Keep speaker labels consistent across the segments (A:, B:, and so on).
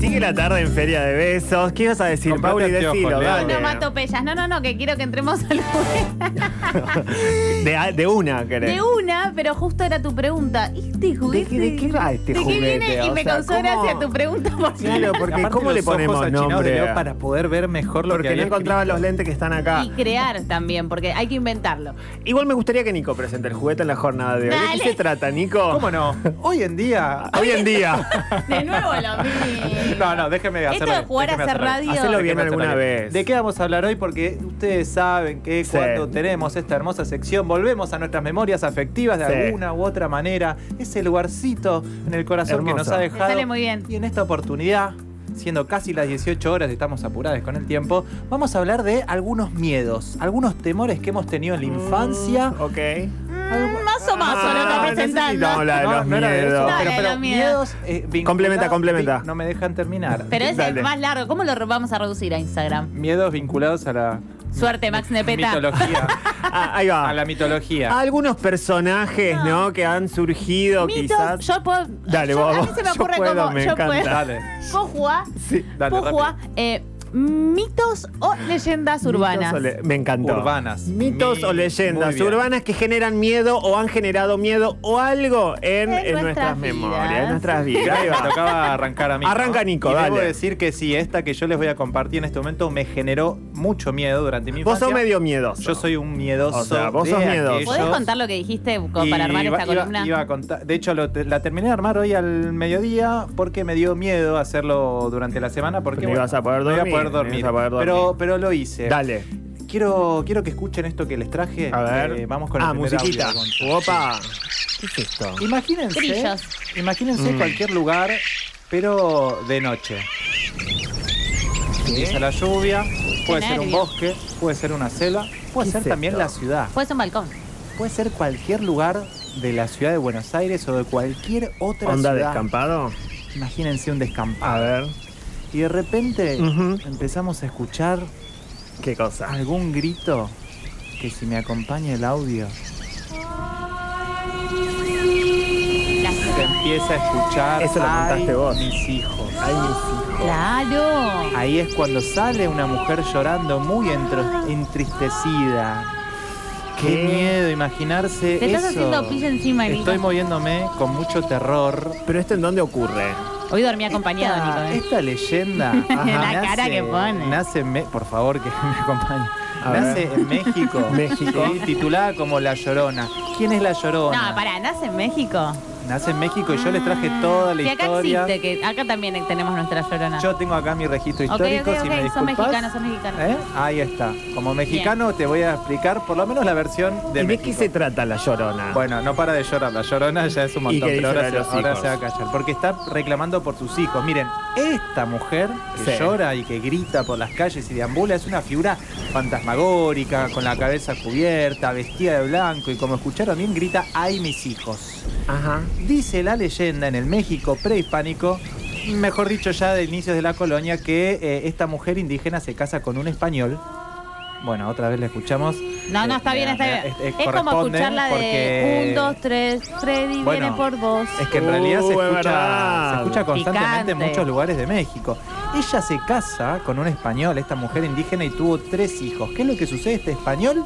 A: Sigue la tarde en Feria de Besos. ¿Qué ibas a decir,
B: Comprate
A: Pauli?
B: anteojos,
A: Decilo,
B: Leo.
A: dale.
C: Onomatopeyas. No, no, no, que quiero que entremos al juguete.
A: De, de una, querés.
C: De una, pero justo era tu pregunta. ¿Este
A: ¿De
C: juguete?
A: qué, de qué va este
C: ¿De qué
A: juguete?
C: viene? Y
A: O
C: me
A: sea,
C: causó
A: ¿cómo?
C: gracia tu pregunta porque
A: Claro, porque
B: Aparte
A: ¿cómo le
B: los ojos
A: ponemos
B: achinados de
A: nombre?
B: Leo para poder ver mejor lo que
A: Porque no
B: había
A: encontraba
B: escrito.
A: los lentes que están acá.
C: Y crear también, porque hay que inventarlo.
A: Igual me gustaría que Nico presente el juguete en la jornada de hoy. ¿De
C: Dale.
A: qué se trata, Nico?
B: ¿Cómo no? Hoy en día.
A: Hoy en día.
C: De nuevo lo mismo.
B: No, no, déjeme hacerlo.
C: Esto de
B: bien,
C: jugar a
B: déjeme
C: hacer
B: hacerlo bien.
C: radio.
A: Hacelo bien
B: Déjeme hacerlo
A: alguna
B: bien.
A: vez.
B: ¿De qué vamos a hablar hoy? Porque ustedes saben que
A: Sí.
B: cuando tenemos esta hermosa sección, volvemos a nuestras memorias afectivas de
A: Sí.
B: alguna u otra manera. Ese lugarcito en el corazón que
A: Hermoso.
B: nos ha
A: Me
B: dejado.
C: sale muy bien.
B: Y en esta oportunidad, siendo casi las 18 horas, estamos apurados con el tiempo, vamos a hablar de algunos miedos, algunos temores que hemos tenido en la infancia.
A: Ok.
C: Mm, Más o más o lo
A: Ah,
C: está
A: necesitamos
C: presentando.
A: hablar de los
B: era de eso,
A: miedos.
C: Dale,
B: pero, pero
C: los miedos.
B: miedos eh, vinculados-
A: Complementa, complementa.
B: vin- No me dejan terminar.
C: Pero ese
A: Dale.
C: es más largo. ¿Cómo lo vamos a reducir a Instagram?
B: Miedos vinculados a la
C: Suerte, Max Nepeta. Ah.
B: mitología.
A: Ah, ahí va.
B: a la mitología.
A: Algunos personajes, ¿no? Que han surgido
C: Mitos,
A: quizás.
C: yo puedo.
A: Dale,
C: yo-
A: vos,
C: A mí
A: vos.
C: se me
A: Yo
C: ocurre
A: puedo,
C: como.
A: me
C: yo
A: encanta.
C: puedo.
B: Dale.
C: Vos jugás.
A: Sí,
B: dale,
C: vos
B: rápido.
C: jugás, eh, mitos o leyendas urbanas.
A: Mitos o le- Me encantó.
B: Urbanas.
A: Mitos
B: Mi-
A: o
B: muy
A: leyendas
B: bien.
A: urbanas que generan miedo o han generado miedo o algo en,
C: En
A: en nuestras,
C: nuestras
A: memorias, en
C: vidas.
A: nuestras vidas. Ahí
B: Mirá,
A: va.
B: me tocaba arrancar a mí.
A: Arranca,
B: ¿no?
A: Nico,
B: y
A: dale.
B: Debo decir que sí, esta que yo les voy a compartir en este momento me generó mucho miedo durante mi
A: Vos sos
B: infancia.
A: medio miedoso.
B: Yo soy un miedoso.
A: O sea, vos
B: de
A: sos miedoso.
B: aquellos-
C: ¿Podés contar lo que dijiste como
B: Y
C: para armar
B: iba-
C: esta
B: iba-
C: columna?
B: iba a contar- de hecho, lo te- la terminé de armar hoy al mediodía porque me dio miedo hacerlo durante la semana porque
A: No
B: bueno,
A: ibas a poder
B: no iba
A: dormir, no
B: dormir.
A: ibas a poder
B: Pero,
A: dormir.
B: pero lo hice.
A: Dale.
B: Quiero, quiero que escuchen esto que les traje.
A: A ver.
B: Eh, vamos con
A: Ah,
B: el primer
A: musiquita.
B: audio, con-
A: Opa. ¿Qué es esto?
B: Imagínense,
C: Grillos.
B: imagínense
A: Mm.
B: cualquier lugar, pero de noche. Empieza la lluvia, puede ser un
C: nervio.
B: bosque, puede ser una selva, puede
A: ¿Qué
B: ser
A: es
B: también
A: esto?
B: la ciudad,
C: Puedes un balcón.
B: puede ser cualquier lugar de la ciudad de Buenos Aires o de cualquier otra
A: ¿Onda
B: ciudad.
A: descampado?
B: Imagínense un descampado.
A: A ver.
B: Y de repente
A: Ujú.
B: empezamos a escuchar
A: ¿Qué cosa?
B: algún grito que si me acompaña el audio
C: La-
B: se empieza a escuchar.
A: Eso lo contaste
B: "Ay,
A: vos".
B: Mis hijos.
A: Ay, mis hijos.
C: Claro.
B: Ahí es cuando sale una mujer llorando muy entro- entristecida. Qué,
A: ¿Qué?
B: miedo imaginarse
C: Te estás
B: eso.
C: haciendo pis encima, Nico.
B: Estoy moviéndome con mucho terror.
A: ¿Pero esto en dónde ocurre?
C: Hoy dormí acompañado, Nico.
B: esta,
C: ¿eh?
B: esta leyenda.
C: La cara que pone.
B: Nace en Me- por favor, que me acompañe.
A: A
B: nace
A: ver.
B: en México.
A: México.
B: sí, titulada como La Llorona. ¿Quién es La Llorona?
C: No, pará, nace en México.
B: Nace en México y yo les traje toda la
C: Que acá
B: historia.
C: existe, que acá también tenemos nuestra llorona.
B: Yo tengo acá mi registro
C: Ok,
B: histórico,
C: ok,
B: si
C: ok,
B: me
C: sos
B: disculpas.
C: mexicano, sos mexicano.
B: ¿Eh? Ahí está. Como mexicano te voy a explicar por lo menos la versión
A: ¿Y de
B: de México.
A: qué se trata la llorona?
B: Bueno, no para de llorar, la llorona ya es un
A: ¿Y
B: montón,
A: qué
B: pero
A: dice la
B: ahora,
A: de
B: se,
A: los
B: ahora
A: hijos?
B: se va a callar, porque está reclamando por sus hijos. Miren, esta mujer que
A: Sí.
B: llora y que grita por las calles y deambula es una figura fantasmagórica, con la cabeza cubierta, vestida de blanco y como escucharon bien, grita, ¡ay mis hijos!
A: Ajá.
B: Dice la leyenda en el México prehispánico, mejor dicho ya de inicios de la colonia, que eh, esta mujer indígena se casa con un español. Bueno, otra vez la escuchamos.
C: No, no,
B: Eh,
C: está bien,
B: mira,
C: está
B: mira,
C: bien.
B: es-
C: Es,
B: es-
C: como
B: corresponde
C: escucharla
B: porque-
C: de un, dos, tres, Freddy
B: Bueno,
C: viene por vos.
B: Es que en realidad se
A: Uh, es
B: escucha,
A: verdad.
B: se escucha constantemente en
C: Picante.
B: muchos lugares de México. Ella se casa con un español, esta mujer indígena, y tuvo tres hijos. ¿Qué es lo que sucede? Este español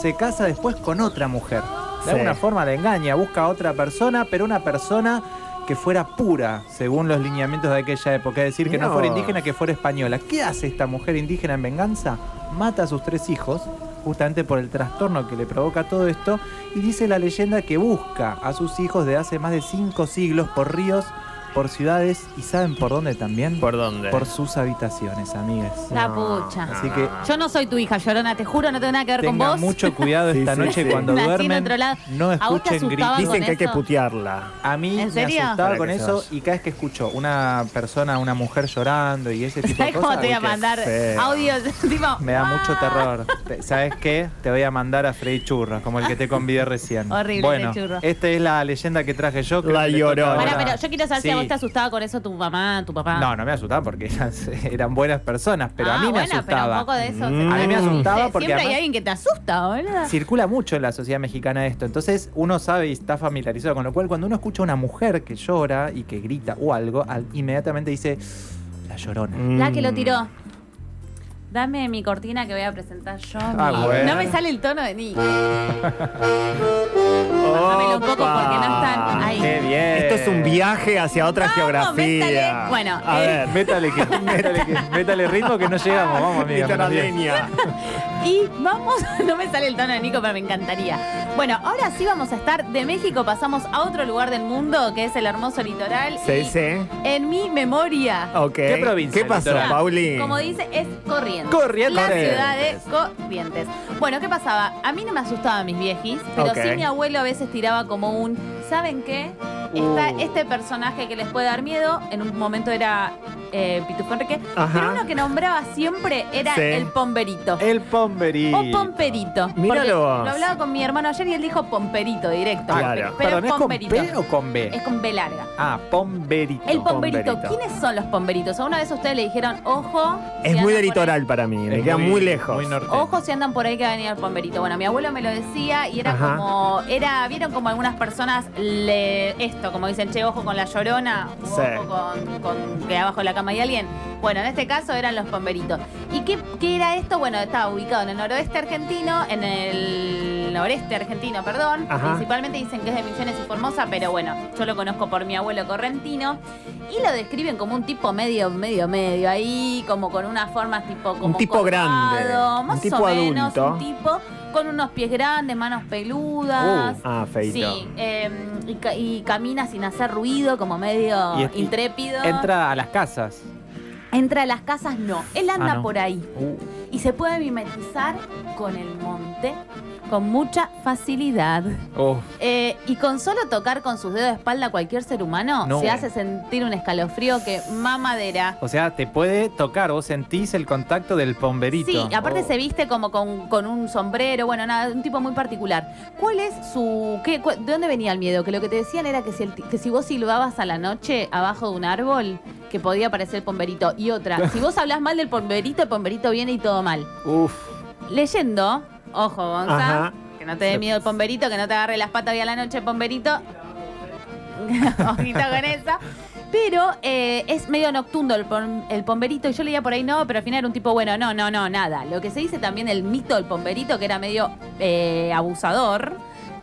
B: se casa después con otra mujer. De
A: Sí.
B: alguna forma la engaña, busca a otra persona, pero una persona que fuera pura, según los lineamientos de aquella época. Es decir, que no
A: Mirá
B: fuera
A: vos.
B: indígena, que fuera española. ¿Qué hace esta mujer indígena en venganza? Mata a sus tres hijos, justamente por el trastorno que le provoca todo esto, y dice la leyenda que busca a sus hijos de hace más de cinco siglos por ríos, por ciudades y ¿saben por dónde también?
A: ¿Por dónde?
B: Por sus habitaciones, amigas.
C: La pucha.
B: Así que-
C: Yo no soy tu hija llorona, te juro, no tengo nada que ver con
B: Tengan
C: vos.
B: mucho cuidado
A: Sí,
B: esta
A: sí,
B: noche
A: sí.
B: cuando
C: Nací en
B: duermen.
C: otro lado.
B: No
C: ¿A vos te
B: escuchen gritos.
C: asustaban?
A: Dicen que hay que
C: eso.
A: putearla.
B: A mí
C: ¿En
B: me
C: serio?
B: asustaba
A: Para
B: con
A: que se
B: eso
A: vaya.
B: y cada vez que escucho una persona, una mujer llorando y ese tipo de
C: ¿Sabes cómo
B: cosas,
C: te voy a
B: uy, qué
C: mandar
A: feo.
C: audios? tipo,
B: Me da mucho
C: "Ah".
B: terror. Te- ¿Sabes qué? Te voy a mandar a Freddy Churros, como el que te convidé recién.
C: Ah. Horrible,
B: Bueno,
C: Freddy Churros.
B: esta es la leyenda que traje yo. creo
A: La
B: que le toca
A: llorona.
B: ahora.
C: Pará, pero yo quiero saber si
B: Sí,
C: a vos te asustabas con eso tu mamá, tu papá.
B: No, no me asustaba porque ellas eran buenas personas, pero a
C: Ah,
B: mí me
C: bueno, Pero un
B: asustaba.
C: poco de eso. se
A: Mm.
C: trata.
A: A mí me
B: asustaba
C: Sí,
B: porque
C: Siempre hay
B: además-
C: alguien que te asusta, ¿verdad?
B: Circula mucho en la sociedad mexicana esto, entonces uno sabe y está familiarizado, con lo cual cuando uno escucha a una mujer que llora y que grita o algo, al- inmediatamente dice, la
A: Mm.
B: llorona.
C: La que lo tiró. Dame mi cortina que voy a presentar yo.
B: Ah,
C: mi-
B: bueno.
C: No me sale el tono de ni.
A: Dámelo
C: un poco porque no están ahí.
A: Qué bien. Esto es un viaje hacia otra
C: Vamos,
A: geografía.
C: métale. Bueno,
A: a
C: eh,
A: ver.
B: Métale, que, métale, que, métale ritmo que no llegamos, vamos amiga.
A: Viste la
B: Matías.
A: leña.
C: Y vamos, no me sale el tono de Nico, pero me encantaría. Bueno, ahora sí vamos a estar de México, pasamos a otro lugar del mundo, que es el hermoso litoral.
A: Sí,
C: y
A: sí.
C: En mi memoria,
A: Ok.
B: ¿Qué provincia,
A: ¿Qué pasó,
B: Litoral?
A: Pauli?
C: como dice, es Corrientes.
B: Corrientes.
C: La ciudad de Corrientes. Bueno, ¿qué pasaba? A mí no me asustaban mis viejis, pero
A: Ok.
C: sí mi abuelo a veces tiraba como un, ¿saben qué? Está
B: Uh.
C: este personaje que les puede dar miedo, en un momento era eh, Pitufo Enrique, pero
A: Ajá.
C: uno que nombraba siempre era
A: Sí.
C: el pomberito.
B: El Pomberí.
C: O pomperito.
A: Míralo
C: Porque Lo
A: vos.
C: hablaba con mi hermano ayer y él dijo pomperito directo.
A: Ah,
C: Pomperi-
A: claro.
C: Pero
B: Perdón,
C: es
B: ¿es con
C: pomperito.
B: P o con B?
C: Es con B larga.
B: Ah, Pomberito.
C: El pomperito.
A: Pomperito.
C: ¿Quiénes son los pomperitos? ¿Alguna vez ustedes le dijeron, ojo?
A: Es muy de
C: si andan por ahí-
A: litoral para mí. Me
B: Es
A: queda muy lejos.
B: Muy norte.
C: Ojo si andan por ahí que va a venir el pomperito. Bueno, mi abuelo me lo decía y era
A: Ajá.
C: como, era, vieron como algunas personas le, esto, como dicen, che, ojo con la llorona, o
A: Sí.
C: ojo con, con que abajo de la cama hay alguien. Bueno, en este caso eran los pomperitos. ¿Y qué, qué era esto? Bueno, estaba ubicado en el noroeste argentino, en el noreste argentino, perdón.
A: Ajá.
C: Principalmente dicen que es de Misiones y Formosa, pero bueno, yo lo conozco por mi abuelo correntino. Y lo describen como un tipo medio, medio, medio, ahí, como con unas formas tipo como
A: Un tipo grande,
C: cortado,
A: un
C: más
A: tipo
C: o menos,
A: adulto.
C: un tipo con unos pies grandes, manos peludas.
A: Uh, ah, feito.
C: Sí, eh, y, ca- y camina sin hacer ruido, como medio
B: Y es- y
C: intrépido.
B: Entra a las casas.
C: Entra a las casas, no. Él anda
B: Ah, no.
C: por ahí
B: Uh,
C: y se puede mimetizar con el monte con mucha facilidad.
B: oh,
C: Eh, y con solo tocar con sus dedos de espalda a cualquier ser humano,
B: No.
C: se hace sentir un escalofrío que mamadera.
B: O sea, te puede tocar, vos sentís el contacto del pomberito.
C: Sí, aparte
B: Oh.
C: se viste como con, con un sombrero, bueno, nada, un tipo muy particular. ¿Cuál es su. Qué, cu- ¿De dónde venía el miedo? Que lo que te decían era que si, el ti- que si vos silbabas a la noche abajo de un árbol, que podía aparecer el pomberito. Y otra, si vos hablás mal del pomberito, el pomberito viene y todo mal.
B: Uf,
C: Leyendo, ojo, Gonza,
A: Ajá.
C: que no te dé miedo el pomberito, que no te agarre las patas hoy a la noche, pomberito. Ojito con esa. Pero eh, es medio nocturno el, pom- el pomberito. Y yo leía por ahí no, pero al final era un tipo bueno. No, no, no, nada. Lo que se dice también el mito del pomberito, que era medio eh, abusador.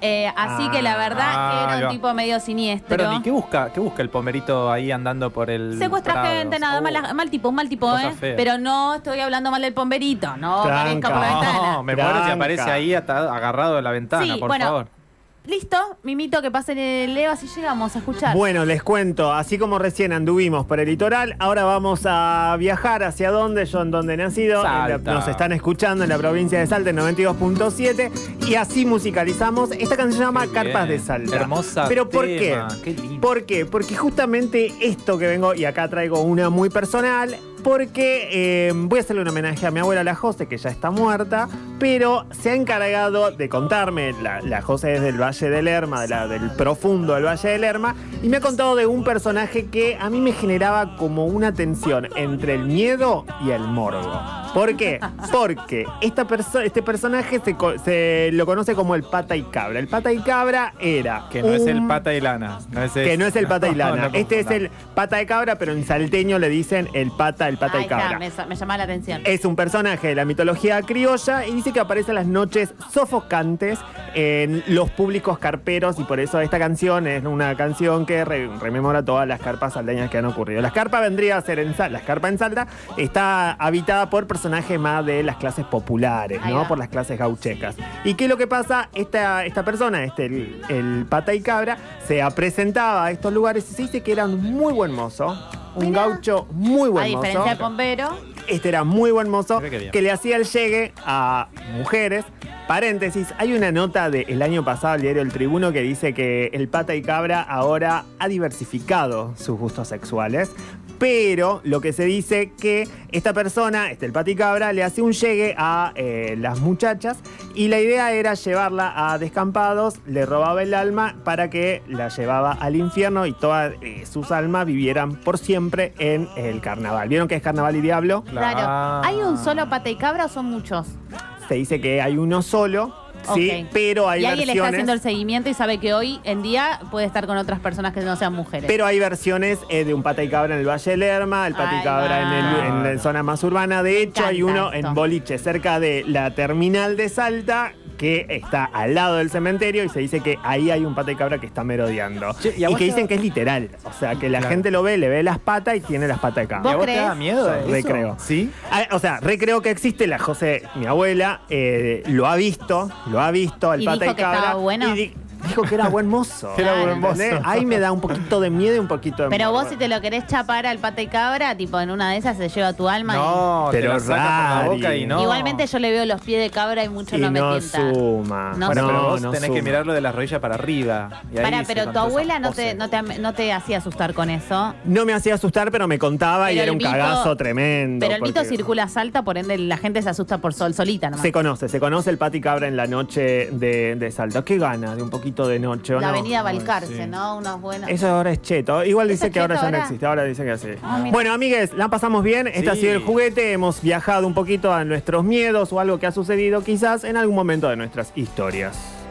C: Eh, así
A: Ah,
C: que la verdad
B: ah,
C: que
B: ahí
C: era
B: va.
C: un tipo medio siniestro.
B: Pero, ¿y qué busca? ¿Qué busca el pomberito ahí andando por el
C: Secuestra
B: prado?
C: gente, nada,
B: Oh.
C: mala- mal tipo, un mal tipo,
B: Cosa
C: ¿eh?
B: fea.
C: Pero no estoy hablando mal del pomberito, no,
A: Tranca.
C: parezca por la ventana.
B: No, me muero si
A: Tranca.
B: aparece ahí atado- agarrado de la ventana,
C: Sí,
B: por
C: bueno.
B: favor.
C: Listo, mimito que pase en el Leo, así llegamos a escuchar.
A: Bueno, les cuento, así como recién anduvimos por el litoral, ahora vamos a viajar hacia dónde, yo en donde he nacido, en la-
B: Salta.
A: nos están escuchando en la provincia de Salta en 92.7 y así musicalizamos. Esta canción se llama
B: Qué
A: Carpas de
B: bien.
A: Salta.
B: Hermosa.
A: Pero ¿por qué?
B: tema, qué? lindo.
A: ¿Por qué? Porque justamente esto que vengo, y acá traigo una muy personal, porque eh, voy a hacerle un homenaje a mi abuela, la Jose, que ya está muerta, pero se ha encargado de contarme, la, la Jose es del Valle del Lerma, de la- del profundo del Valle del Lerma, y me ha contado de un personaje que a mí me generaba como una tensión entre el miedo y el morbo. ¿Por qué? Porque esta perso- este personaje se, co- se lo conoce como el pata y cabra. El pata y cabra era...
B: Que no es el
A: un-
B: pata y lana. No es
A: que no es el pata y lana.
B: No, no
A: este es
B: confundamos.
A: el pata de cabra, pero en salteño le dicen el pata, el pata
C: Ahí
A: y
C: está,
A: cabra.
C: me, sa- me llamaba la atención.
A: Es un personaje de la mitología criolla y dice que aparece en las noches sofocantes en los públicos carperos y por eso esta canción es una canción que re- rememora todas las carpas salteñas que han ocurrido. Las carpas vendría a ser en Salta, las carpas en Salta está habitada por personajes más de las clases populares,
C: Ahí va.
A: ¿no? Por las clases gauchecas. ¿Y qué es lo que pasa? Esta, esta persona, este, el, el pata y cabra, se presentaba a estos lugares y se dice que era un muy buen mozo. Un
C: Mirá.
A: gaucho muy
C: A
A: buen mozo
C: diferencia del bombero,
A: este era muy buen mozo,
B: Mira qué bien.
A: que le hacía el llegue a mujeres. Paréntesis, hay una nota del año pasado al diario El Tribuno que dice que el pata y cabra ahora ha diversificado sus gustos sexuales Pero lo que se dice que esta persona, este el paticabra, le hace un llegue a eh, las muchachas y la idea era llevarla a descampados, le robaba el alma para que la llevaba al infierno y todas eh, sus almas vivieran por siempre en el carnaval. ¿Vieron que es carnaval y diablo?
C: Claro. ¿Hay un solo pata y cabra o son muchos?
A: Se dice que hay uno solo, sí,
C: Ok.
A: pero hay
C: Y alguien le está
A: versiones.
C: haciendo el seguimiento y sabe que hoy en día puede estar con otras personas que no sean mujeres.
A: Pero hay versiones eh, de un pata y cabra en el Valle del Lerma, el pata y
C: Ahí
A: cabra en,
C: va.
A: el- en la zona más urbana. De hecho, hay
C: encanta
A: uno
C: esto.
A: en Boliche, cerca de la terminal de Salta, que está al lado del cementerio y se dice que ahí hay un pata y cabra que está merodeando.
B: Che, ¿y
A: y
B: a vos
A: que
B: te-
A: dicen que es literal. O sea, que la
B: Claro.
A: gente lo ve, le ve las patas y tiene las patas de
B: ¿Y
A: cabra.
B: a vos te
C: crees?
B: da miedo?
A: Yo
B: eso?
A: recreo.
B: ¿Sí?
A: Ah, O sea, recreo que existe, la José, mi abuela, eh, lo ha visto, lo ha visto, el
C: ¿Y
A: pata
C: dijo
A: y
C: que
A: cabra.
C: estaba bueno?
A: y di- dijo que era buen mozo.
B: Que era
C: buen
B: mozo.
A: ¿Entendés? Ahí me da un poquito de miedo y un poquito de
C: Pero vos
A: morbo.
C: si te lo querés chapar al pata y cabra, tipo en una de esas se lleva tu alma. y-
B: No,
A: Pero
B: te lo sacas por la
A: Rari.
B: boca y no.
C: Igualmente yo le veo los pies de cabra y mucho
A: Y
C: no me
A: no
C: tienta.
A: suma.
C: No
B: Bueno,
C: suma.
B: pero vos
A: no
B: tenés
A: suma.
B: que mirarlo de las rodillas para arriba. y ahí
C: Pará,
B: se
C: pero tu
B: levantó esa
C: abuela no
B: pose.
C: te, no, te, no te hacía asustar con eso.
A: No me hacía asustar, pero me contaba y
C: Pero
A: era
C: el
A: un
C: mito-
A: cagazo tremendo.
C: Pero el mito
A: porque
C: circula salta, por ende la gente se asusta por sol solita nomás.
A: Se conoce, se conoce el Pati Cabra en la noche de, de Salta. ¿Qué gana de un poquito de noche o
C: la
A: no?
C: avenida Balcarce,
B: sí.
C: ¿no? Unos buenos.
A: Eso ahora es cheto. Igual
C: ¿Eso
A: dice
C: es
A: que ahora
C: cheto
A: ya no
C: ahora?
A: existe, ahora dicen que sí.
C: Ah, mira.
A: bueno, amigues, la pasamos bien. Este ha
B: Sí.
A: sido el juguete. Hemos viajado un poquito a nuestros miedos o algo que ha sucedido quizás en algún momento de nuestras historias.